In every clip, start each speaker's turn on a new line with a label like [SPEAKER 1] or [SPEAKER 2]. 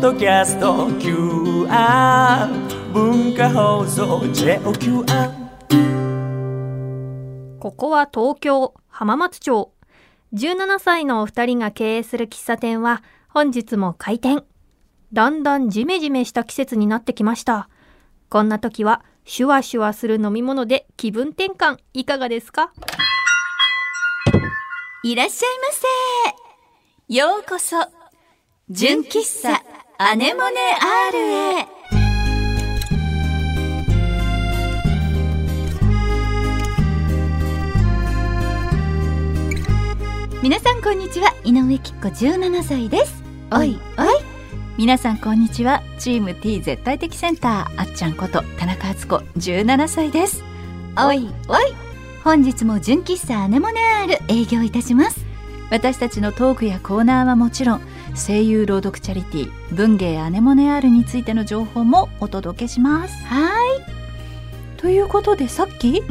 [SPEAKER 1] ドキャスト QR 文化放送 JOQR
[SPEAKER 2] ここは東京浜松町17歳のお二人が経営する喫茶店は本日も開店だんだんジメジメした季節になってきましたこんな時はシュワシュワする飲み物で気分転換いかがですか
[SPEAKER 3] いらっしゃいませ。ようこそ、純喫茶アネモネ R へ。皆さんこんにちは、井上きっ子17歳です。おいおい。皆さんこんにちは、チーム T 絶対的センター、あっちゃんこと田中敦子17歳です。おいおい。本日も純喫茶アネモネ R 営業いたします私たちのトークやコーナーはもちろん声優朗読チャリティー文芸アネモネ R についての情報もお届けしますはいということでさっき、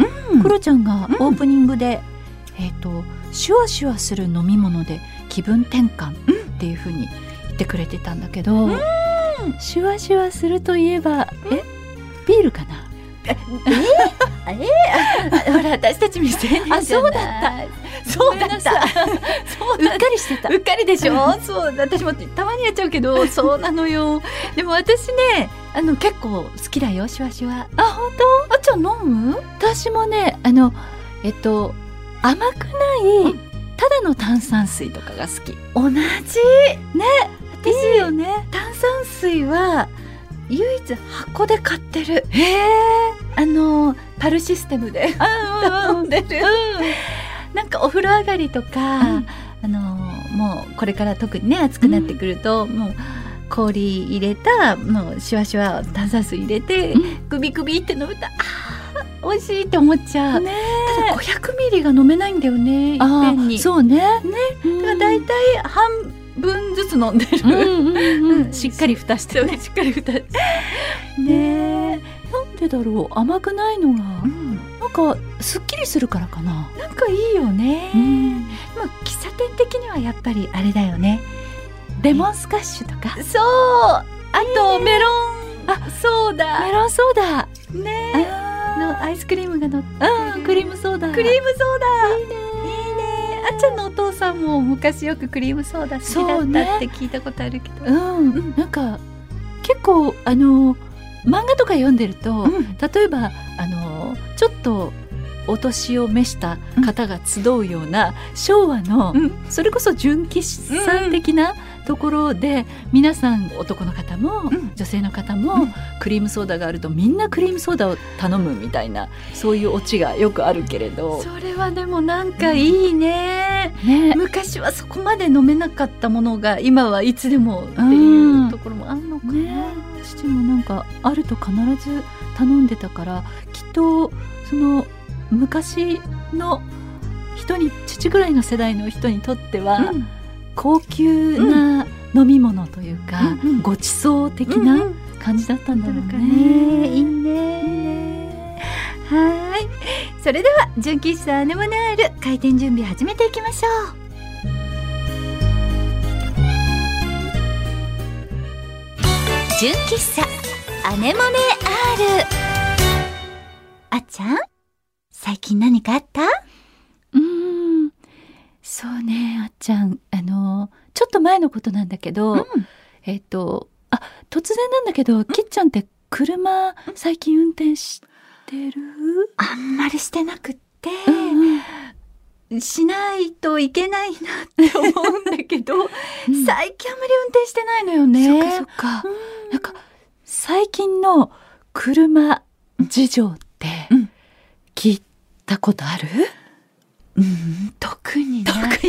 [SPEAKER 3] クロちゃんがオープニングで、えっ、とシュワシュワする飲み物で気分転換っていうふうに言ってくれてたんだけど、シュワシュワするといえば、えビールかな
[SPEAKER 4] ほら私たち未成年じゃない
[SPEAKER 3] あそ
[SPEAKER 4] った そ
[SPEAKER 3] うだ
[SPEAKER 4] うだったそうだったうっかりしてたうっかりでしょそう私もたまにやっちゃうけ どそうなのよでも私ねあの結構好きだよシュワシュワ
[SPEAKER 3] あ本当あっちゃん飲む
[SPEAKER 4] 私もねあのえっと甘くないただの炭酸水とかが好き
[SPEAKER 3] 同じ
[SPEAKER 4] 私
[SPEAKER 3] いいよね
[SPEAKER 4] 炭酸水は唯一箱で買ってるへえあのパルシステムで頼んでる、なんかお風呂上がりとか、
[SPEAKER 3] うん
[SPEAKER 4] あのもうこれから特にね暑くなってくると、もう氷入れたもうシュワシュワ炭酸水入れて、
[SPEAKER 3] う
[SPEAKER 4] グビグビって飲むとあー美味しいって思っちゃう、
[SPEAKER 3] ね
[SPEAKER 4] ただ500ミリが飲めないんだよねいっぺんに
[SPEAKER 3] そうね
[SPEAKER 4] だから大体半分ずつ飲んでる、うんしっかり蓋してね。しっかり蓋して。
[SPEAKER 3] ねえなんでだろう甘くないのがなんかすっきりするからかな
[SPEAKER 4] なんかいいよね。
[SPEAKER 3] ん
[SPEAKER 4] まあ喫茶店的にはやっぱりあれだよね。
[SPEAKER 3] レモンスカッシュとか
[SPEAKER 4] そう。あとメロン。あ、そうだ。
[SPEAKER 3] メロンソーダ
[SPEAKER 4] ね
[SPEAKER 3] のアイスクリームがのって
[SPEAKER 4] うん
[SPEAKER 3] クリームソーダ
[SPEAKER 4] クリームソーダ。いいね。あっちゃんのお父さんも昔よくクリームソーダ好きだ
[SPEAKER 3] そう
[SPEAKER 4] った
[SPEAKER 3] ね
[SPEAKER 4] って聞いたことあるけど。
[SPEAKER 3] うんなんか結構あの漫画とか読んでると、
[SPEAKER 4] うん
[SPEAKER 3] 例えばあのちょっとお年を召した方が集うような、昭和の、
[SPEAKER 4] うん
[SPEAKER 3] それこそ純喫茶的なところで、皆さん男の方も、
[SPEAKER 4] うん
[SPEAKER 3] 女性の方も、
[SPEAKER 4] うん
[SPEAKER 3] クリームソーダがあるとみんなクリームソーダを頼むみたいなそういうオチがよくあるけれど。
[SPEAKER 4] それはでもなんかいいね。
[SPEAKER 3] ね
[SPEAKER 4] 昔はそこまで飲めなかったものが今はいつでもって
[SPEAKER 3] う
[SPEAKER 4] いうんところもあんのかな、
[SPEAKER 3] ね父もなんかあると必ず頼んでたからきっとその昔の人に父ぐらいの世代の人にとっては、
[SPEAKER 4] うん
[SPEAKER 3] 高級な飲み物というか、
[SPEAKER 4] うんうん
[SPEAKER 3] ごちそう的
[SPEAKER 4] うんう
[SPEAKER 3] なん感じだったんだ
[SPEAKER 4] な
[SPEAKER 3] ろう
[SPEAKER 4] のか
[SPEAKER 3] ね。
[SPEAKER 4] ねいいねはーいそれでは純喫茶アネモネール開店準備始めていきましょう純喫茶アネモネールあっちゃん最近何かあった
[SPEAKER 3] うーんそうねあっちゃんあのちょっと前のことなんだけど、
[SPEAKER 4] うん
[SPEAKER 3] えっ、とあ突然なんだけど、きっちゃんって車最近運転してる、
[SPEAKER 4] あんまりしてなくって、
[SPEAKER 3] うん
[SPEAKER 4] しないといけないなって思 うんだけど、
[SPEAKER 3] うん
[SPEAKER 4] 最近あんまり運転してないのよね。
[SPEAKER 3] そっかそっか、なんか最近の車事情って
[SPEAKER 4] うん
[SPEAKER 3] 聞いたことある、
[SPEAKER 4] 特にない。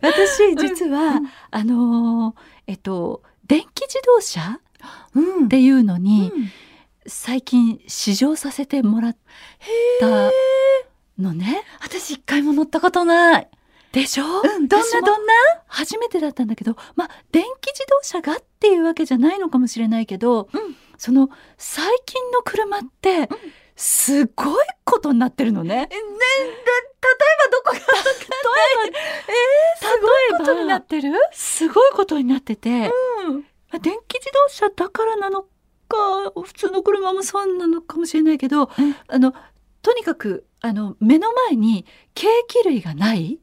[SPEAKER 3] 私実は、
[SPEAKER 4] うん
[SPEAKER 3] あのーえっと電気自動車
[SPEAKER 4] うん
[SPEAKER 3] っていうの
[SPEAKER 4] う
[SPEAKER 3] に、
[SPEAKER 4] ん
[SPEAKER 3] 最近試乗させてもらったのね
[SPEAKER 4] 私一回も乗ったことない。
[SPEAKER 3] でしょ、
[SPEAKER 4] うん、どん
[SPEAKER 3] 私
[SPEAKER 4] な
[SPEAKER 3] も
[SPEAKER 4] どんな
[SPEAKER 3] 初めてだったんだけどまあ電気自動車がっていうわけじゃないのかもしれないけど、
[SPEAKER 4] うん
[SPEAKER 3] その最近の車ってすごいことになってるのね。
[SPEAKER 4] え、ね、で例えばどこが
[SPEAKER 3] 例えば、え
[SPEAKER 4] すごいことになって
[SPEAKER 3] るすごいことになってて、
[SPEAKER 4] う
[SPEAKER 3] 電気自動車だからなのか普通の車もそうなのかもしれないけど、
[SPEAKER 4] うん
[SPEAKER 3] あのとにかくあの目の前にケーキ類がない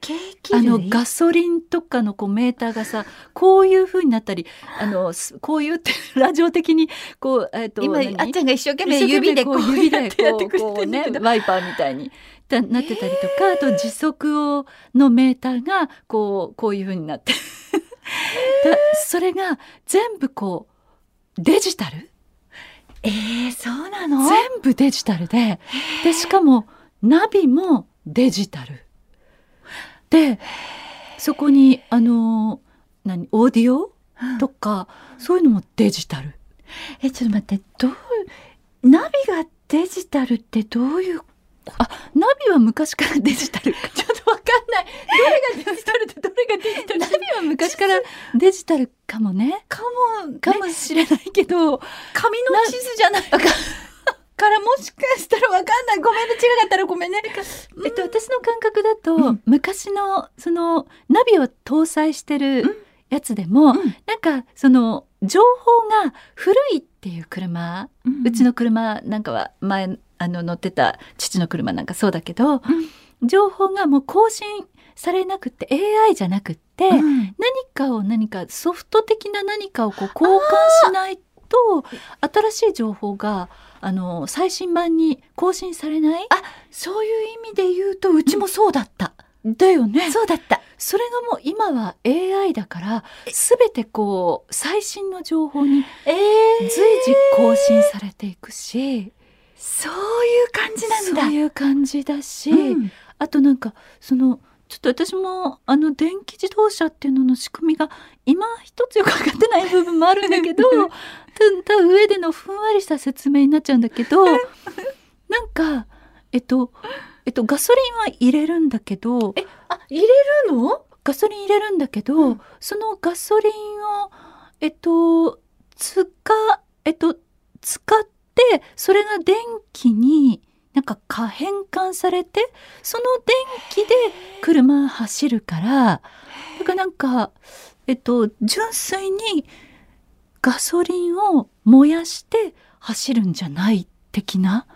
[SPEAKER 4] ケーキ
[SPEAKER 3] あの
[SPEAKER 4] 類
[SPEAKER 3] ガソリンとかのこうメーターがさこういう風になったりあのすこういうって ラジオ的にこう、えっと
[SPEAKER 4] 今
[SPEAKER 3] 何
[SPEAKER 4] あっちゃんが一生懸命
[SPEAKER 3] 一生懸
[SPEAKER 4] 指
[SPEAKER 3] 命
[SPEAKER 4] でこう
[SPEAKER 3] 指で
[SPEAKER 4] やってやってくれ
[SPEAKER 3] こう
[SPEAKER 4] てんだけど
[SPEAKER 3] こうねワイパーみたいにだなってたりとか、あと時速をのメーターがこうこういう風になって、 だそれが全部こうデジタル
[SPEAKER 4] えー、そうなの
[SPEAKER 3] 全部デジタルででしかもナビもデジタルでそこにあの何オーディオとか、そういうのもデジタル。
[SPEAKER 4] えちょっと待ってどうナビがデジタルってどういう
[SPEAKER 3] ナビは昔からデジタル ちょっとわかんない。どれがデジタルでどれがデジタルナビは昔からデジタルかもね。
[SPEAKER 4] かも
[SPEAKER 3] かもしれないけど、
[SPEAKER 4] 紙の地図じゃないかからもしかしたらわかんないごめんね違かったらごめんね
[SPEAKER 3] えっと、私の感覚だと、
[SPEAKER 4] うん
[SPEAKER 3] 昔のそのナビを搭載して
[SPEAKER 4] う
[SPEAKER 3] るやつで
[SPEAKER 4] う
[SPEAKER 3] も、
[SPEAKER 4] ん
[SPEAKER 3] なんかその情報が古いっていう車、
[SPEAKER 4] う
[SPEAKER 3] うちの車なんかは前あの乗ってた父の車なんかそうだけど、情報がもう更新されなくて AI じゃなくって、
[SPEAKER 4] うん
[SPEAKER 3] 何かを何かソフト的な何かをこう交換しないと新しい情報があの最新版に更新されない
[SPEAKER 4] そういう意味で言うとうちもそうだった、
[SPEAKER 3] だよね
[SPEAKER 4] そうだった
[SPEAKER 3] それがもう今は AI だから全てこう最新の情報に
[SPEAKER 4] ええ
[SPEAKER 3] 随時更新されていくし、
[SPEAKER 4] そういう感じなんだ
[SPEAKER 3] そういう感じだし、
[SPEAKER 4] うん
[SPEAKER 3] あとなんかそのちょっと私もあの電気自動車っていうのの仕組みが今一つよく分かってない部分もあるんだけどたた上でのふんわりした説明になっちゃうんだけどなんかえっとえっとガソリンは入れるんだけど
[SPEAKER 4] あ入れるの
[SPEAKER 3] ガソリン入れるんだけど、
[SPEAKER 4] うん
[SPEAKER 3] そのガソリンをえっと使えっと使ってそれが電気になんか可変換されてその電気で車走るからだからなんかえっと純粋にガソリンを燃やして走るんじゃない的な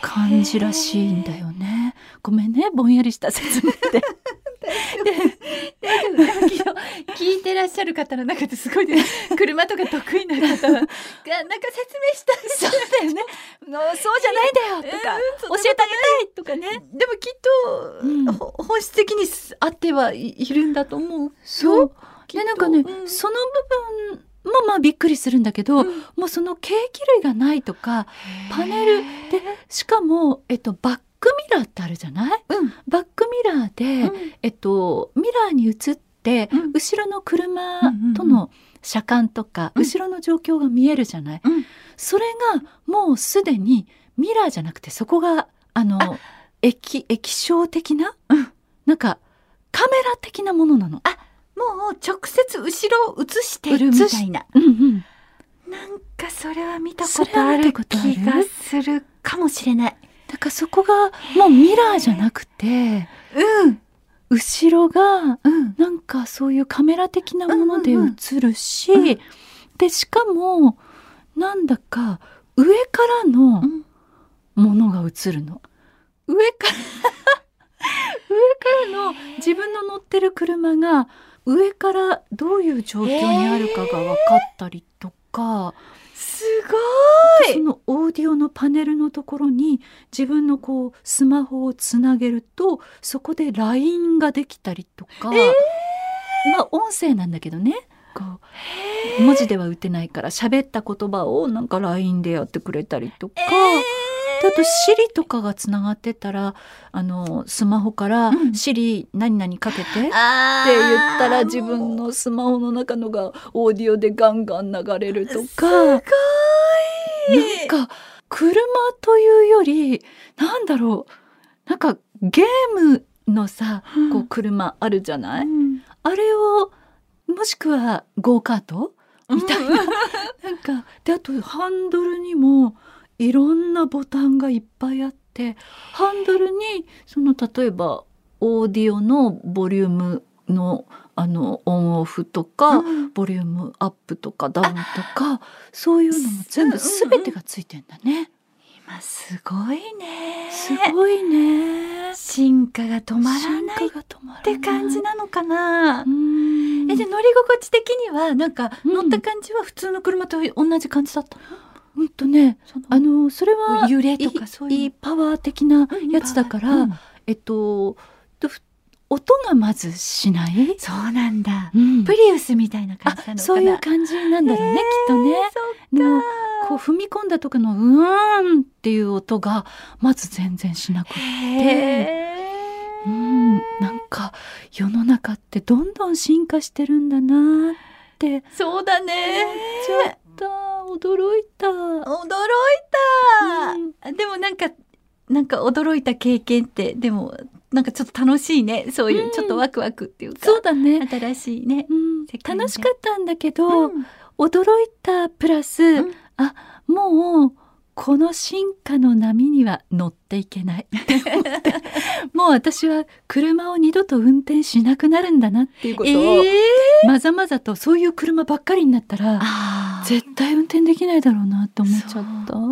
[SPEAKER 3] 感じらしいんだよね。ごめんねぼんやりした説明で。
[SPEAKER 4] 聞いてらっしゃる方の中ですごいです車とか得意な 方はがなんか説明したいそうだよね
[SPEAKER 3] のそうじゃないんだよとか、教えてあげたいとかね。
[SPEAKER 4] でもきっと、
[SPEAKER 3] うん
[SPEAKER 4] ほ本質的にあってはいいるんだと思う
[SPEAKER 3] そう
[SPEAKER 4] きっと
[SPEAKER 3] でなんかね、
[SPEAKER 4] うん
[SPEAKER 3] その部分もまあびっくりするんだけど、
[SPEAKER 4] うん
[SPEAKER 3] もうそのケーキ類がないとかパネルでしかも、えっと、バックミラーってあるじゃない
[SPEAKER 4] うん
[SPEAKER 3] バックミラーで、えっと、ミラーに映って、
[SPEAKER 4] うん
[SPEAKER 3] 後ろの車と
[SPEAKER 4] うんうんう
[SPEAKER 3] の車間とか、
[SPEAKER 4] うん
[SPEAKER 3] 後ろの状況が見えるじゃない、
[SPEAKER 4] うん
[SPEAKER 3] それがもうすでにミラーじゃなくてそこがあの液液晶的な、なんかカメラ的なものなの。
[SPEAKER 4] もう直接後ろを映して
[SPEAKER 3] い
[SPEAKER 4] い
[SPEAKER 3] る
[SPEAKER 4] る
[SPEAKER 3] み
[SPEAKER 4] み
[SPEAKER 3] た
[SPEAKER 4] た
[SPEAKER 3] い
[SPEAKER 4] いな
[SPEAKER 3] うんうん、
[SPEAKER 4] なんかそれは見た
[SPEAKER 3] そ
[SPEAKER 4] こ
[SPEAKER 3] れ
[SPEAKER 4] と
[SPEAKER 3] は
[SPEAKER 4] あ
[SPEAKER 3] 見
[SPEAKER 4] る
[SPEAKER 3] たことある
[SPEAKER 4] 気がするかもしれない
[SPEAKER 3] だからそこがもうミラーじゃなくて
[SPEAKER 4] うん
[SPEAKER 3] 後ろが
[SPEAKER 4] うん
[SPEAKER 3] なんかそういうカメラ的なもので
[SPEAKER 4] うんうんうん
[SPEAKER 3] 映るし、
[SPEAKER 4] うん
[SPEAKER 3] でしかもなんだか上からの
[SPEAKER 4] うん
[SPEAKER 3] ものが映るの。上から 上からの自分の乗ってる車が上からどういう状況にあるかが分かったりとか、
[SPEAKER 4] すごい
[SPEAKER 3] そのオーディオのパネルのところに自分のこうスマホをつなげるとそこで LINE ができたりとか、まあ音声なんだけどねこう文字では打てないから喋った言葉をなんか LINE でやってくれたりとか。であと Siri とかがつながってたらあのスマホから
[SPEAKER 4] うん
[SPEAKER 3] 「Siri 何々かけて」って言っ
[SPEAKER 4] あー
[SPEAKER 3] たら自分のスマホの中のがオーディオでガンガン流れると
[SPEAKER 4] すご
[SPEAKER 3] か
[SPEAKER 4] い
[SPEAKER 3] なんか車というよりなんだろうなんかゲームのさこう車あるじゃない、
[SPEAKER 4] うん
[SPEAKER 3] あれをもしくはゴーカートみたいな、なんかであとハンドルにもいろんなボタンがいっぱいあってハンドルにその例えばオーディオのボリュームのあのオンオフとか、
[SPEAKER 4] うん
[SPEAKER 3] ボリュームアップとかダウンとかそういうのも全部
[SPEAKER 4] す
[SPEAKER 3] すべてがついてんだね。
[SPEAKER 4] 今すごいね
[SPEAKER 3] すごいね。
[SPEAKER 4] 進化が止まらない
[SPEAKER 3] 進
[SPEAKER 4] っ
[SPEAKER 3] 化が止まらない
[SPEAKER 4] て感じ。なのかな、
[SPEAKER 3] うん
[SPEAKER 4] えじゃあ乗り心地的にはなんか
[SPEAKER 3] うん
[SPEAKER 4] 乗った感じは普通の車と同じ感じだったの、
[SPEAKER 3] うんとねあのそれは
[SPEAKER 4] 揺れと
[SPEAKER 3] い
[SPEAKER 4] かそう
[SPEAKER 3] い
[SPEAKER 4] い
[SPEAKER 3] いうパワー的なやつだから、
[SPEAKER 4] うん
[SPEAKER 3] えっととふ音がまずしない、
[SPEAKER 4] そうなんだ、
[SPEAKER 3] うん
[SPEAKER 4] プリウスみたいな感じなのか
[SPEAKER 3] あ
[SPEAKER 4] な
[SPEAKER 3] そういう感じなんだろうね、
[SPEAKER 4] えー
[SPEAKER 3] きっとね。でもこう踏み込んだ時のうーんっていう音がまず全然しなくて、
[SPEAKER 4] へー
[SPEAKER 3] うん、なんか世の中ってどんどん進化してるんだなって
[SPEAKER 4] そうだね
[SPEAKER 3] ちょっと驚いた。
[SPEAKER 4] 驚い
[SPEAKER 3] うん
[SPEAKER 4] た、でもなんかなんか驚いた経験ってでもなんかちょっと楽しいねそういう、
[SPEAKER 3] うん
[SPEAKER 4] ちょっとワクワクっていうか
[SPEAKER 3] そうだね、
[SPEAKER 4] 新しいね、
[SPEAKER 3] うん
[SPEAKER 4] 世、界ね
[SPEAKER 3] 楽しかったんだけど、
[SPEAKER 4] うん
[SPEAKER 3] 驚いたプラス、
[SPEAKER 4] ん
[SPEAKER 3] あもうこの進化の波には乗っていけないって思って もう私は車を二度と運転しなくなるんだなっていうことを、
[SPEAKER 4] ええ
[SPEAKER 3] まざまざとそういう車ばっかりになったら
[SPEAKER 4] あー
[SPEAKER 3] 絶対運転できないだろうなって思っちゃった。
[SPEAKER 4] そ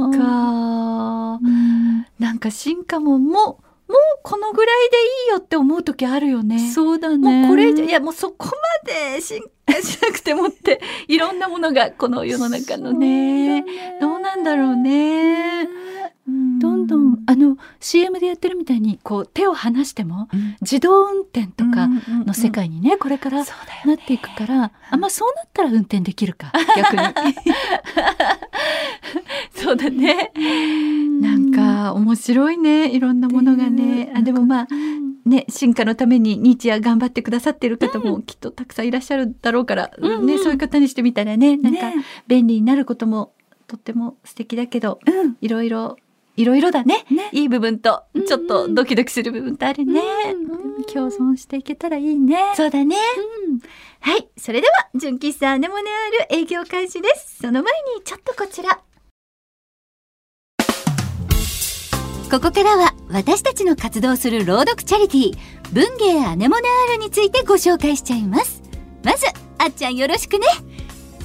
[SPEAKER 4] っか
[SPEAKER 3] うん
[SPEAKER 4] なんか進化ももうもうこのぐらいでいいよって思う時あるよね
[SPEAKER 3] そうだね。
[SPEAKER 4] もうこれ以上いやもうそこまで進化しなくてもって いろんなものがこの世の中のね
[SPEAKER 3] そうだ
[SPEAKER 4] どうなんだろうね、うん
[SPEAKER 3] どんどんあの CM でやってるみたいにこう手を離しても
[SPEAKER 1] うん
[SPEAKER 3] 自動運転とかの世
[SPEAKER 4] か
[SPEAKER 3] 界にねこれから
[SPEAKER 4] そうだよ
[SPEAKER 3] なっていくからあんまあそうなったら運転できるか逆に。
[SPEAKER 4] そうだねなんか面白いねいろんなものがね
[SPEAKER 3] ね
[SPEAKER 4] あでもまあね進化のために日夜頑張ってくださってる方もきっとたくさんいらっしゃるだろうから、
[SPEAKER 3] うん
[SPEAKER 4] ね
[SPEAKER 3] うん
[SPEAKER 4] そういう方にしてみたらねなんか
[SPEAKER 3] ね
[SPEAKER 4] 便利になることもとっても素敵だけど、いろいろいろいろだね
[SPEAKER 3] ね
[SPEAKER 4] いい部分と
[SPEAKER 3] うんうん
[SPEAKER 4] ちょっとドキドキする部分とあるね、
[SPEAKER 3] うん共存していけたらいいね。
[SPEAKER 4] そうだね、はいそれでは純喫茶アネモネアール営業開始ですその前にちょっとこちら
[SPEAKER 5] ここからは私たちの活動する朗読チャリティー文芸アネモネアールについてご紹介しちゃいますまずあっちゃんよろしくね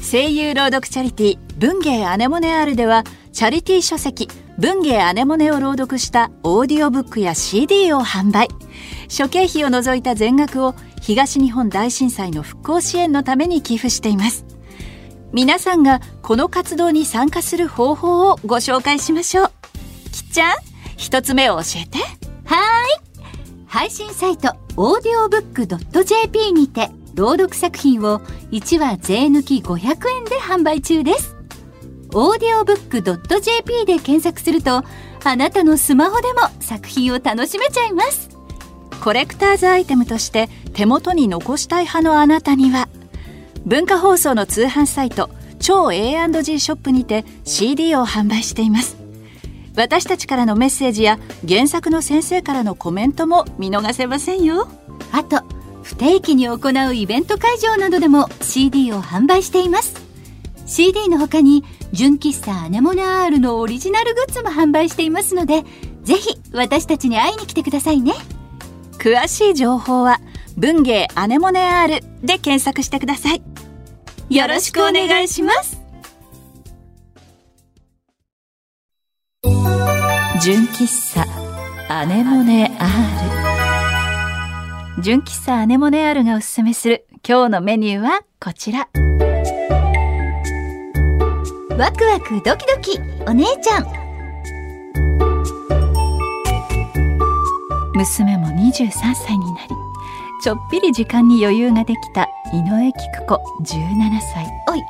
[SPEAKER 5] 声優朗読チャリティー文芸アネモネアールではチャリティー書籍文芸アネモネを朗読したオーディオブックや CD を販売諸経費を除いた全額を東日本大震災の復興支援のために寄付しています皆さんがこの活動に参加する方法をご紹介しましょうきっちゃん一つ目を教えて
[SPEAKER 6] 配信サイトオーディオブックドット JP にて朗読作品を1話税抜き500円で販売中ですオーディオブックドット JP で検索するとあなたのスマホでも作品を楽しめちゃいます
[SPEAKER 5] コレクターズアイテムとして手元に残したい派のあなたには文化放送の通販サイト超 A&G ショップにて CD を販売しています私たちからのメッセージや原作の先生からのコメントも見逃せませんよ
[SPEAKER 6] あと不定期に行うイベント会場などでも CD を販売しています CD の他に純喫茶アネモネアールのオリジナルグッズも販売していますのでぜひ私たちに会いに来てくださいね
[SPEAKER 5] 詳しい情報は文芸アネモネ R で検索してくださいよろしくお願いします純喫茶アネモネ R 純喫茶アネモネ R がおすすめする今日のメニューはこちら
[SPEAKER 6] ワクワクドキドキお姉ちゃん
[SPEAKER 5] 娘も23歳になりちょっぴり時間に余裕ができた井上菊子17歳
[SPEAKER 6] おいおい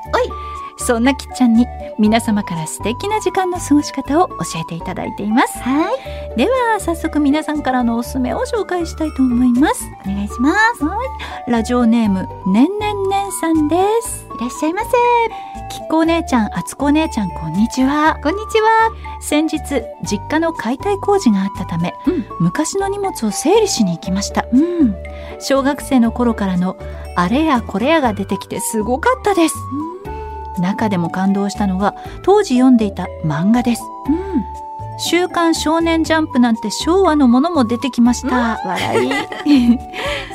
[SPEAKER 5] そんなきっちゃんに皆様から素敵な時間の過ごし方を教えていただいています
[SPEAKER 6] はい
[SPEAKER 5] では早速皆さんからのおすすめを紹介したいと思います
[SPEAKER 6] お願いします
[SPEAKER 5] ラジオネームねんねんねんさんです
[SPEAKER 6] いらっしゃいませ
[SPEAKER 5] きっこお姉ちゃんあつこお姉ちゃんこんにちは
[SPEAKER 6] こんにちは
[SPEAKER 5] 先日実家の解体工事があったため、
[SPEAKER 6] うん
[SPEAKER 5] 昔の荷物を整理しに行きました、小学生の頃からのあれやこれやが出てきてすごかったです、中でも感動したのが当時読んでいた漫画です、週 刊少年ジャンプなんて昭和のものも出てきました、笑い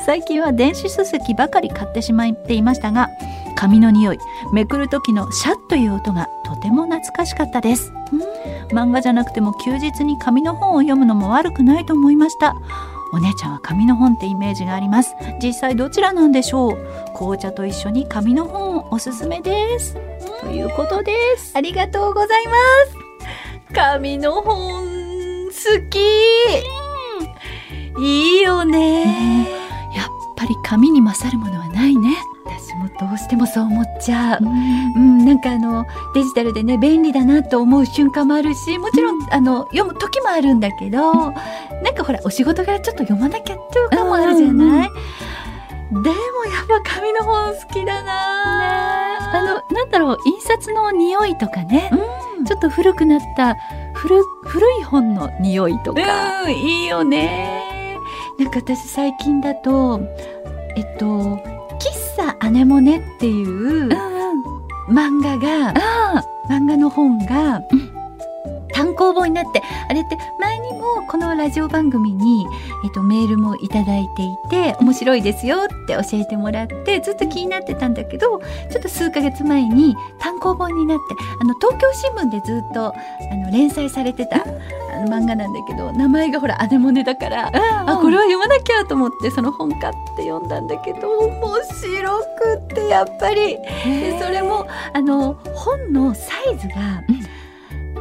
[SPEAKER 3] 最近は電子書籍ばかり買ってしまっていましたが紙の匂いめくる時のシャッという音がとても懐かしかったです漫画じゃなくても休日に紙の本を読むのも悪くないと思いましたお姉ちゃんは紙の本ってイメージがあります実際どちらなんでしょう紅茶と一緒に紙の本をおすすめですということです
[SPEAKER 4] ありがとうございます。紙の本好き。いいよね。
[SPEAKER 3] やっぱり紙に勝るものはないね
[SPEAKER 4] 私もどうしてもそう思っちゃう。うん、なんかあのデジタルでね便利だなと思う瞬間もあるし、もちろん、あの読む時もあるんだけど、なんかほらお仕事からちょっと読まなきゃっていうかもあるじゃない。でもやっぱ紙の本好きだな。
[SPEAKER 3] あのなんだろう印刷の匂いとかね、
[SPEAKER 4] うん
[SPEAKER 3] ちょっと古くなった古古い本の匂いとか、
[SPEAKER 4] うん、いいよね。
[SPEAKER 3] なんか私最近だとえっと喫茶アネモネっていう漫画が、漫画の本が
[SPEAKER 4] 単行本になってあれって前にもこのラジオ番組に、えっと、メールもいただいていて面白いですよって教えてもらってずっと気になってたんだけどちょっと数ヶ月前に単行本になってあの東京新聞でずっとあの連載されてたあの漫画なんだけど名前がほらアネモネだからあこれは読まなきゃと思ってその本買って読んだんだけど面白くってやっぱりでそれもあの本のサイズが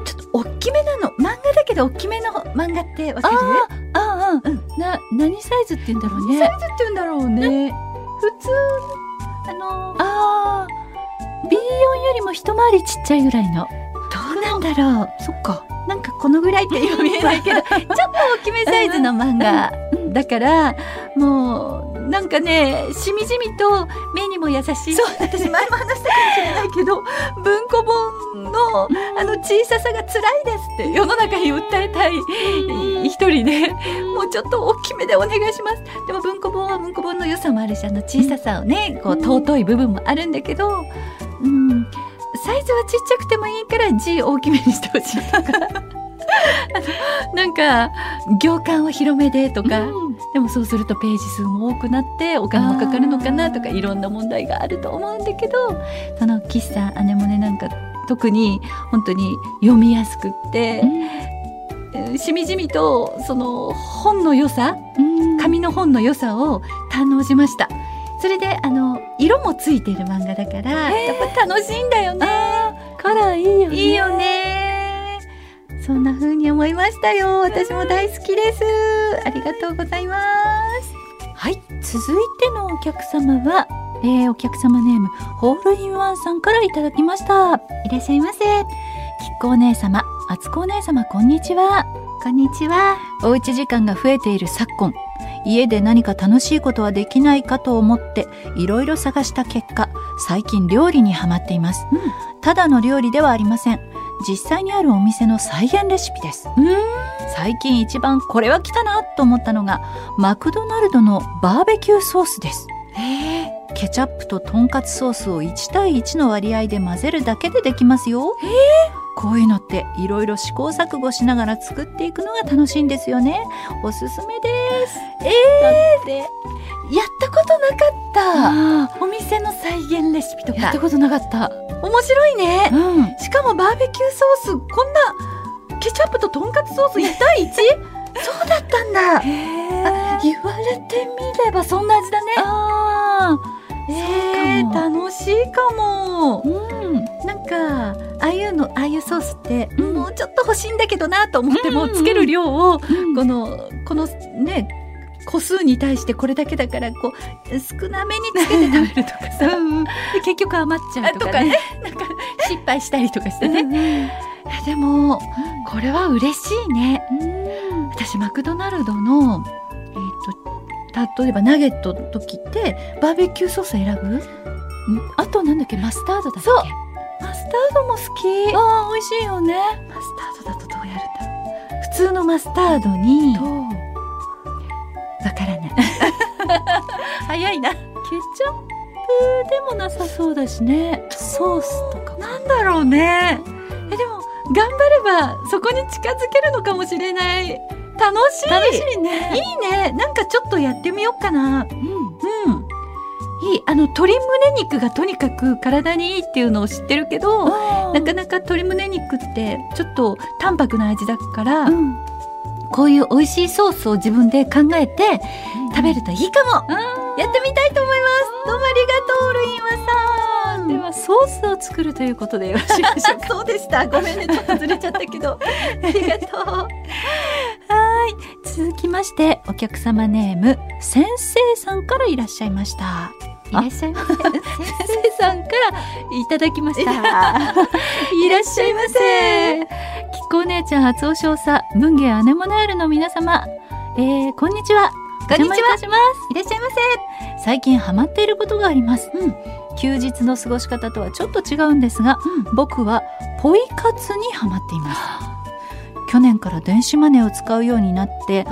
[SPEAKER 4] ちょっと大きめなの漫画だけど大きめの漫画ってわかる
[SPEAKER 3] ああ、な何サイズって言うんだろう
[SPEAKER 4] サイ
[SPEAKER 3] ね
[SPEAKER 4] ズって言うんだろうね普通あの
[SPEAKER 3] ああ B4 よりも一回りちっちゃいぐらいの
[SPEAKER 4] どうなんだろう
[SPEAKER 3] そっか
[SPEAKER 4] なんかこのぐらいって今見えない けどちょっと大きめサイズの漫画だからもうなんかねしみじみと目にも優しい
[SPEAKER 3] そう私前も話したかもしれないけ ど文庫本のあの小ささが辛いですって世の中に訴えたい一人でもうちょっと大きめでお願いします
[SPEAKER 4] でも文庫本は文庫本の良さもあるしあの小ささをねこう尊い部分もあるんだけど、うん、サイズはちっちゃくてもいいから字大きめにしてほしいとか あのなんか行間を広めでとか、でもそうするとページ数も多くなってお金もかかるのかなとかいろんな問題があると思うんだけどその喫茶アネモネなんか特に本当に読みやすくって、えーしみじみとその本の良さ紙の本の良さを堪能しましたそれであの色もついている漫画だから、やっぱ楽しいんだよね
[SPEAKER 3] カラーいいよね
[SPEAKER 4] いいよねそんな風に思いましたよ私も大好きですありがとうございます
[SPEAKER 3] はい続いてのお客様は、えーお客様ネームホールインワンさんからいただきました
[SPEAKER 4] いらっしゃいませ
[SPEAKER 3] きっこお姉様あつこお姉様こんにちは
[SPEAKER 4] こんにちは
[SPEAKER 3] おうち時間が増えている昨今家で何か楽しいことはできないかと思っていろいろ探した結果最近料理にはまっています、ただの料理ではありません実際にあるお店の再現レシピです最近一番これは来たなと思ったのがマクドナルドのバーベキューソースですケチャップととんかつソースを1対1の割合で混ぜるだけでできますよこういうのっていろいろ試行錯誤しながら作っていくのが楽しいんですよね。おすすめです。ええ
[SPEAKER 4] やったことなかっ
[SPEAKER 3] あ
[SPEAKER 4] たお店の再現レシピと
[SPEAKER 3] やっ
[SPEAKER 4] か
[SPEAKER 3] たことなかった。
[SPEAKER 4] 面白いね
[SPEAKER 3] うん。
[SPEAKER 4] しかもバーベキューソースこんなケチャップととんかつソース1対 1? そうだったんだあ言われてみればそんな味だね
[SPEAKER 3] あ
[SPEAKER 4] え
[SPEAKER 3] そうか
[SPEAKER 4] ー、楽しいかも
[SPEAKER 3] あ。うん。
[SPEAKER 4] なんかああいうのああいうソースって、もうちょっと欲しいんだけどなと思っても、つける量を、このこのね個数に対してこれだけだからこう少なめにつけて食べるとかさ
[SPEAKER 3] で結局余っちゃうとかね。
[SPEAKER 4] なんか失敗したりとかしてね、あでもこれは嬉しいね、私マクドナルドの、えー、と例えばナゲットの時ってバーベキューソース選ぶ
[SPEAKER 3] あとなんだっけマスタードだっけ。
[SPEAKER 4] そうマスタードも好き
[SPEAKER 3] ああ美味しいよね。
[SPEAKER 4] マスタードだとどうやるんだろう普通のマスタードにわから ない早いな
[SPEAKER 3] ケチャップでもなさそうだしね。ソースとか。
[SPEAKER 4] なんだろうねえでも頑張ればそこに近づけるのかもしれない
[SPEAKER 3] 楽しい
[SPEAKER 4] 楽しいね。
[SPEAKER 3] いいねなんかちょっとやってみようかなうん、いいあの鶏胸肉がとにかく体にいいっていうのを知ってるけど
[SPEAKER 4] な
[SPEAKER 3] なん
[SPEAKER 4] か、
[SPEAKER 3] かなか鶏胸肉ってちょっと淡白な味だから、
[SPEAKER 4] うんこういう美味しいソースを自分で考えて食べるといいかも、やってみたいと思いますどうもありがとうルインワさん
[SPEAKER 3] ではソースを作るということでよろ しいでしょうかそうでしたごめんねちょっとずれちゃったけ どありがとうはーい続きましてお客様ネーム先生さんからいらっしゃいました
[SPEAKER 4] いらっしゃいませ
[SPEAKER 3] 先生さんからいただきましたいらっしゃいませきこお姉ちゃん初お少佐文芸アネモナールの皆様、えー、こんにちは
[SPEAKER 4] こんにちは
[SPEAKER 3] お邪魔いたしますいらっしゃいませ最近ハマっていることがあります、休日の過ごし方とはちょっと違うんですが、僕はポイ活にハマっています去年から電子マネーを使うようになって、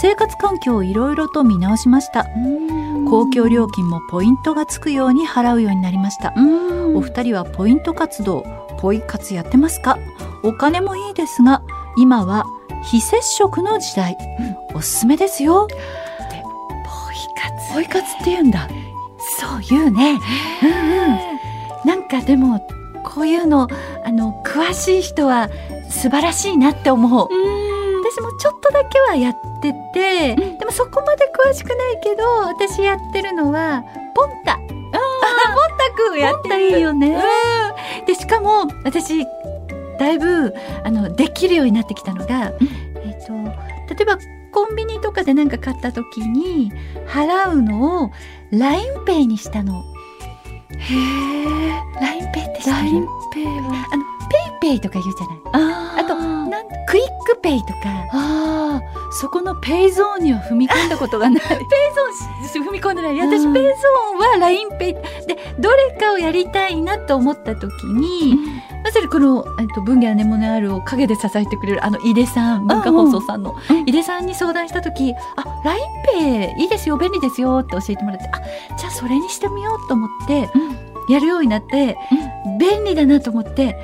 [SPEAKER 3] 生活環境をいろいろと見直しました公共料金もポイントがつくように払うようになりましたお二人はポイント活動ポイ活やってますかお金もいいですが今は非接触の時代、おすすめですよポイ活ポイ活って言うんだ
[SPEAKER 4] そう言うね、うんうん、なんかでもこういうのあの詳しい人は素晴らしいなって思う私もちょっとだけはやってて、でもそこまで詳しくないけど私やってるのはポン タポンタくんやってるいいよね、でしかも私だいぶあのできるようになってきたのが、えっと例えばコンビニとかで何か買った時に払うのを LINEPay にしたの。
[SPEAKER 3] へえ
[SPEAKER 4] LINEPay って知ってる
[SPEAKER 3] LINEPay は
[SPEAKER 4] ペイとか言うじゃない
[SPEAKER 3] あ
[SPEAKER 4] ー
[SPEAKER 3] あと
[SPEAKER 4] なんクイックペイとか
[SPEAKER 3] ああそこのペイゾーンには踏み込んだことがない ペイゾーン踏み込んでない私
[SPEAKER 4] うん
[SPEAKER 3] ペイゾーンは l i n e イでどれかをやりたいなと思った時に、まさにこの、えっと、文芸アネモネアールを陰で支えてくれるあの井出さん文化放送さんの、
[SPEAKER 4] うんうん
[SPEAKER 3] 井出さんに相談した時「あ l i n e イいいですよ便利ですよ」って教えてもらってあじゃあそれにしてみようと思って、やるようになって、便利だなと思って、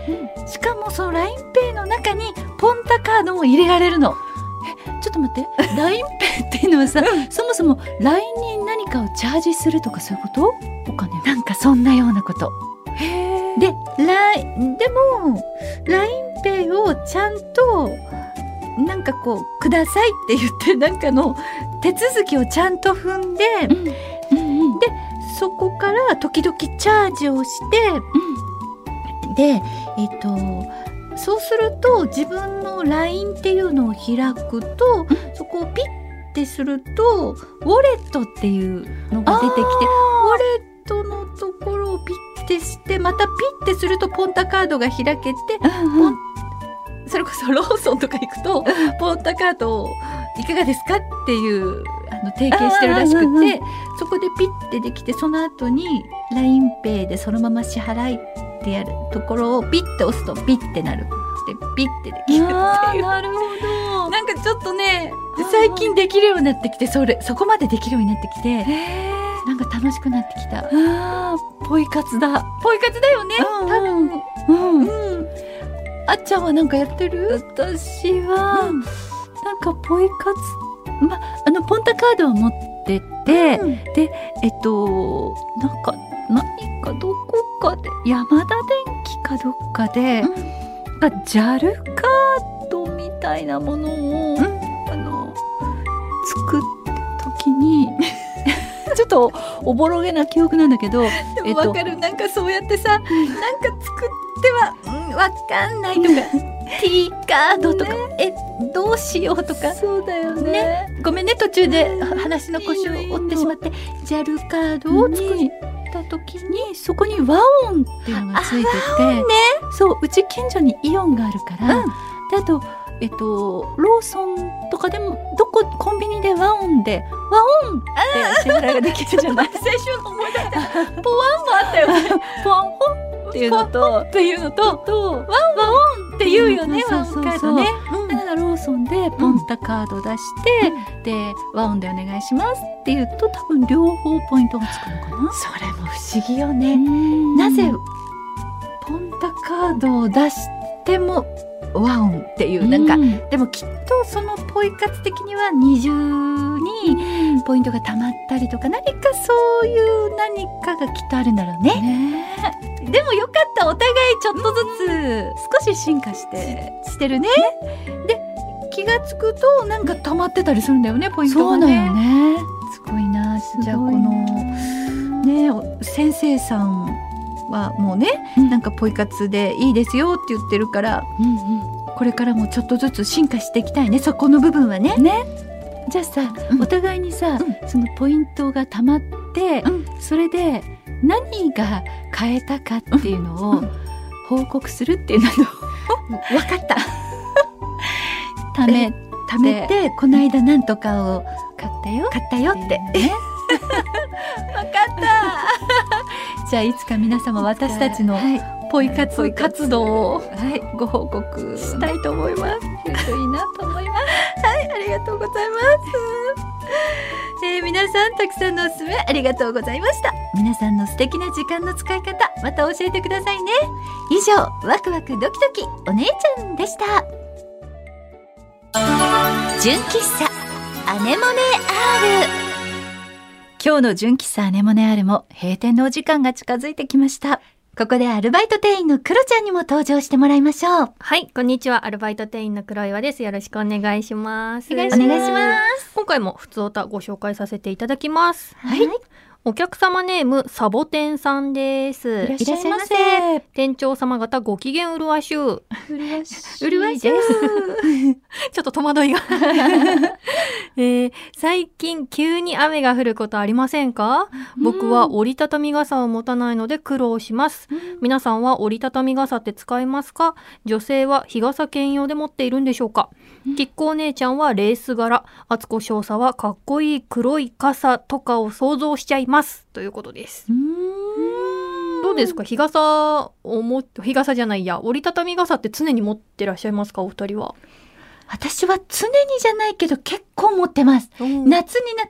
[SPEAKER 3] しかもその l i n e イの中にポンタカードも入れられるの。えちょっと待って l i n e イっていうのはさ、そもそも LINE に何かをチャージするとかそういうことお金を
[SPEAKER 4] なんかそんなようなこと
[SPEAKER 3] で
[SPEAKER 4] で、ラインでも LINEPay をちゃんとなんかこう「ください」って言ってなんかの手続きをちゃんと踏んで、でそこから時々チャージをして、でえっ、とそうすると自分の LINE っていうのを開くと、そこをピッてするとウォレットっていうのが出てきてウォレットのところをピッってしてまたピッてするとポンタカードが開けて
[SPEAKER 3] うんうん
[SPEAKER 4] それこそローソンとか行くとポンタカードをいかがですかっていうあの提携してるらし
[SPEAKER 3] あーうん
[SPEAKER 4] く
[SPEAKER 3] うんう
[SPEAKER 4] てそこでピッてできてその後に l i n e イでそのまま支払いってやるところをピッて押すとピッてなるでピッてできるっていう
[SPEAKER 3] なるほど
[SPEAKER 4] なんかちょっとね
[SPEAKER 3] はい
[SPEAKER 4] 最近できるようになってきてそれそこまでできるようになってきて
[SPEAKER 3] へー
[SPEAKER 4] なんか楽しくなってきた
[SPEAKER 3] あーポイ活だ
[SPEAKER 4] ポイ活だよね
[SPEAKER 3] うん
[SPEAKER 4] 多分
[SPEAKER 3] うん、
[SPEAKER 4] うんあっちゃんはなんかやってる
[SPEAKER 3] 私は、なんかポイ活まあのポンタカードを持ってて、
[SPEAKER 4] うん
[SPEAKER 3] でえっとなんか何かどこかで山田電機かどっかで、
[SPEAKER 4] う
[SPEAKER 3] なんか JAL カードみたいなものを、あの作った時にちょっとおぼろげな記憶なんだけ ど
[SPEAKER 4] で
[SPEAKER 3] えっ
[SPEAKER 4] も
[SPEAKER 3] と
[SPEAKER 4] わかる、なんかそうやってさ、なんか作っては、うん、わかんないとか T カードとか、えどうしようとか
[SPEAKER 3] そうだよ
[SPEAKER 4] ねごめんね途中で話の腰を折ってしまって JAL カードを作った時に
[SPEAKER 3] にそこに和音っていうのがついてて、そううち近所にイオンがあるから、
[SPEAKER 4] うん
[SPEAKER 3] であと、えっと、ローソンとかでもどこコンビニで和音で和音って支払いができるじゃない
[SPEAKER 4] 最初の思い出したポワンもあったよね
[SPEAKER 3] ポワンホンっていうのと
[SPEAKER 4] というのと
[SPEAKER 3] と
[SPEAKER 4] ワ
[SPEAKER 3] ワン
[SPEAKER 4] ンっていうよね
[SPEAKER 3] うん
[SPEAKER 4] ワンカードね
[SPEAKER 3] だからローソンでポンタカード出して、で和音でお願いしますっていうと多分両方ポイントがつくのかな。
[SPEAKER 4] それも不思議よねな
[SPEAKER 3] な
[SPEAKER 4] ぜ
[SPEAKER 3] ぜ
[SPEAKER 4] ポンタカードを出しても
[SPEAKER 3] 和音っていうなんか、でもきっとそのポイ活的には二重にポイントがたまったりとか何かそういう何かがきっとあるんだろうね。
[SPEAKER 4] でもよかったお互いちょっとず
[SPEAKER 3] 少し進化して
[SPEAKER 4] つしてるね
[SPEAKER 3] 気がつくとなんか溜まってたりするんだよねポイントがね。
[SPEAKER 4] ね
[SPEAKER 3] すごいなじゃ
[SPEAKER 4] す
[SPEAKER 3] あ
[SPEAKER 4] ご
[SPEAKER 3] こ
[SPEAKER 4] いな
[SPEAKER 3] のねお先生さんはもうね、
[SPEAKER 4] うん
[SPEAKER 3] なんかポイ活でいいですよって言ってるからこれからもちょっとずつ進化していきたいねそこの部分はね。
[SPEAKER 4] じゃあさ、
[SPEAKER 3] うん
[SPEAKER 4] お互いにさ、
[SPEAKER 3] う
[SPEAKER 4] そのポイントがたまって、
[SPEAKER 3] うん
[SPEAKER 4] それで何が変えたかっていうのを
[SPEAKER 3] うん
[SPEAKER 4] 報告するっ ていうのを
[SPEAKER 3] わかった。
[SPEAKER 4] ため
[SPEAKER 3] 貯めて
[SPEAKER 4] この間なんとかを買ったよ
[SPEAKER 3] 買ったよっ
[SPEAKER 4] って
[SPEAKER 3] て。
[SPEAKER 4] じゃあいつか皆様私たちの
[SPEAKER 3] はい
[SPEAKER 4] ポイ活
[SPEAKER 3] ポイ活
[SPEAKER 4] 活動を
[SPEAKER 3] はい、ご報告
[SPEAKER 4] したいと思います。
[SPEAKER 3] といいなと思います。
[SPEAKER 4] ありがとうございます。えー皆さんたくさんのおすすめありがとうございました。皆さんの素敵な時間の使い方、また教えてくださいね。以上、ワクワクドキドキお姉ちゃんでした。
[SPEAKER 6] 純喫茶アネモネ
[SPEAKER 4] 今日の純喫茶アネモネアルも閉店のお時間が近づいてきました。
[SPEAKER 6] ここでアルバイト店員のクロちゃんにも登場してもらいましょう
[SPEAKER 2] はい、こんにちは。アルバイト店員の黒岩です。よろしくお願いします。お願
[SPEAKER 6] お
[SPEAKER 2] い。
[SPEAKER 6] 願いします
[SPEAKER 2] 今回も普通おたご紹介させていただきます。
[SPEAKER 6] はい
[SPEAKER 2] お客様ネーム、サボテンさんです。
[SPEAKER 6] しゃいませ
[SPEAKER 2] 店長様方ご機嫌うるわしゅう。
[SPEAKER 4] うるわしい
[SPEAKER 2] ちょっと戸惑いが、えー最近急に雨が降ることありませんか僕は折りたたみ傘を持たないので苦労します。皆さんは折りたたみ傘って使いますか女性は日傘兼用で持っているんでしょうかきっこお姉ちゃんはレース柄、厚子少佐はかっこいい黒い傘とかを想像しちゃいます。ということです。どうですか日傘をも、日傘じゃないや、折りたたみ傘って常に持ってらっしゃいますかお二人は。
[SPEAKER 4] 私は常にじゃないけど結構持ってます。夏になっ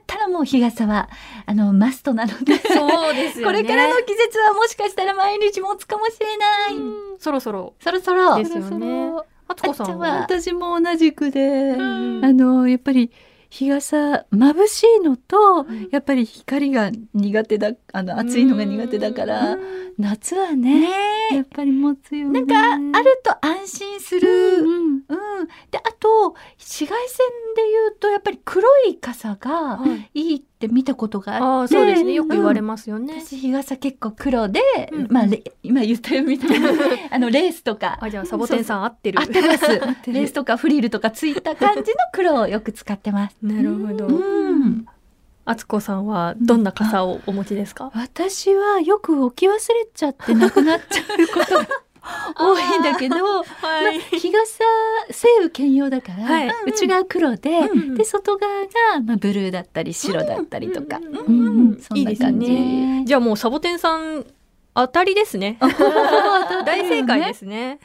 [SPEAKER 4] たらもう日傘は、あの、マストな ので。
[SPEAKER 2] そうです
[SPEAKER 4] こ
[SPEAKER 2] よね。
[SPEAKER 4] れからの季節はもしかしたら毎日持つかもしれない。
[SPEAKER 2] そろそろ。
[SPEAKER 4] そろそろ。
[SPEAKER 2] ですよね
[SPEAKER 4] そろそろ
[SPEAKER 2] あつこさん
[SPEAKER 4] あっ
[SPEAKER 2] は。
[SPEAKER 3] 私も同じくで、
[SPEAKER 2] うん
[SPEAKER 3] あのやっぱり日傘眩しいのと、やっぱり光が苦手だあの暑いのが苦手だから、夏はねやっぱり持つよね
[SPEAKER 4] なんかあると安心する。うん、
[SPEAKER 3] であと紫外線で言うとやっぱり黒い傘が
[SPEAKER 2] はい
[SPEAKER 3] いいって見たことがあって
[SPEAKER 2] ああ、そうですね。よく言われますよね。
[SPEAKER 3] 私日傘結構黒で、
[SPEAKER 2] うん
[SPEAKER 3] まあレ今言ったよみたいなあのレースと か
[SPEAKER 2] あ、じゃあ、サボテンさん合ってる
[SPEAKER 3] 合。ってますレ
[SPEAKER 2] てる
[SPEAKER 3] ースとかフリルとかついた感じの黒をよく使ってます。
[SPEAKER 2] なるほど
[SPEAKER 3] うん
[SPEAKER 2] あつこさんはどんな傘をお持ちですか。
[SPEAKER 3] 私はよく置き忘れちゃってなくなっちゃうことが 多いんだけど、まあ
[SPEAKER 2] はい。
[SPEAKER 3] 日傘晴雨兼用だから、
[SPEAKER 2] はい
[SPEAKER 3] 内側黒で、
[SPEAKER 2] うんうん
[SPEAKER 3] で外側が、まあ、ブルーだったり白だったりとか、
[SPEAKER 2] うんうん
[SPEAKER 3] うん
[SPEAKER 2] うん
[SPEAKER 3] そん
[SPEAKER 2] い
[SPEAKER 3] な感じ
[SPEAKER 2] いですねじゃあ、もうサボテンさん。当たりですね。大正解ですね。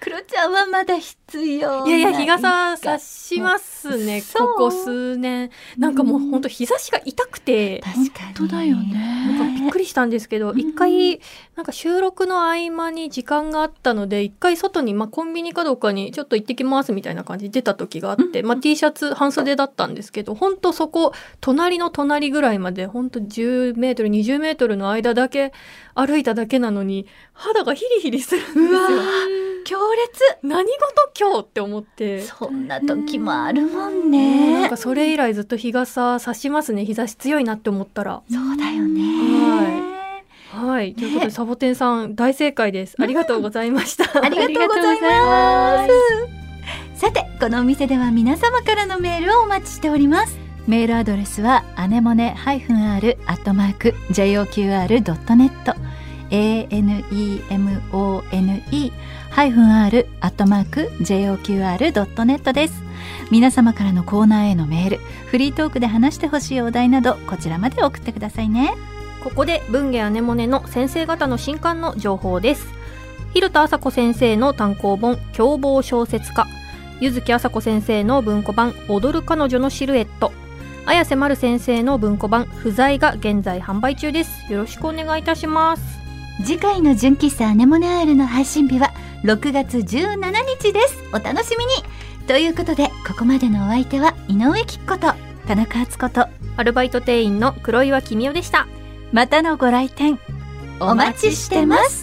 [SPEAKER 3] 黒ちゃんはまだ必要
[SPEAKER 2] いやいや、日
[SPEAKER 3] な
[SPEAKER 2] 傘差しますね。
[SPEAKER 3] そう
[SPEAKER 2] ここ数年。なんかもう本当日差しが痛くて。
[SPEAKER 3] 確かに
[SPEAKER 4] 本当だよね
[SPEAKER 2] なんかびっくりしたんですけど、一回、なんか収録の合間に時間があったので、一回外に、まあ、コンビニかどうかにちょっと行ってきますみたいな感じで出た時があって、まあ、T シャツ半袖だったんですけど、本当そこ、隣の隣ぐらいまで、本当10メートル、20メートルの間だけ歩いただけなのに、肌がヒリヒリするんですよ。
[SPEAKER 3] 強
[SPEAKER 2] 何事今日って思って。
[SPEAKER 3] 烈そんな時もある
[SPEAKER 2] な
[SPEAKER 3] もん
[SPEAKER 2] ん
[SPEAKER 3] ね
[SPEAKER 2] かそれ以来ずっと日傘差しますね。日差し強いなって思ったら。
[SPEAKER 3] そうだよね
[SPEAKER 2] ははい、ということでサボテンさん大正解です。ありがとうございました。
[SPEAKER 6] ありがとうございます。さて、このお店では皆様からのメールをお待ちしております。
[SPEAKER 4] メールアドレスはアネモネ -r アットマーク JOQR.net anemone -r アットマーク JOQR.net です皆様からのコーナーへのメールフリートークで話してほしいお題などこちらまで送ってくださいね
[SPEAKER 2] ここで文芸アネモネの先生方の新刊の情報です。広田麻子先生の単行本凶暴小説家、柚木麻子先生の文庫版踊る彼女のシルエット、綾瀬丸先生の文庫版不在が現在販売中です。よろしくお願いいたします。
[SPEAKER 6] 次回の純喫茶アネモネアールの配信日は
[SPEAKER 3] 6月17日ですお楽しみにということでここまでのお相手は井上貴子と田中敦子と
[SPEAKER 2] アルバイト店員の黒岩君代でした
[SPEAKER 7] またのご来店
[SPEAKER 3] お待ちしてます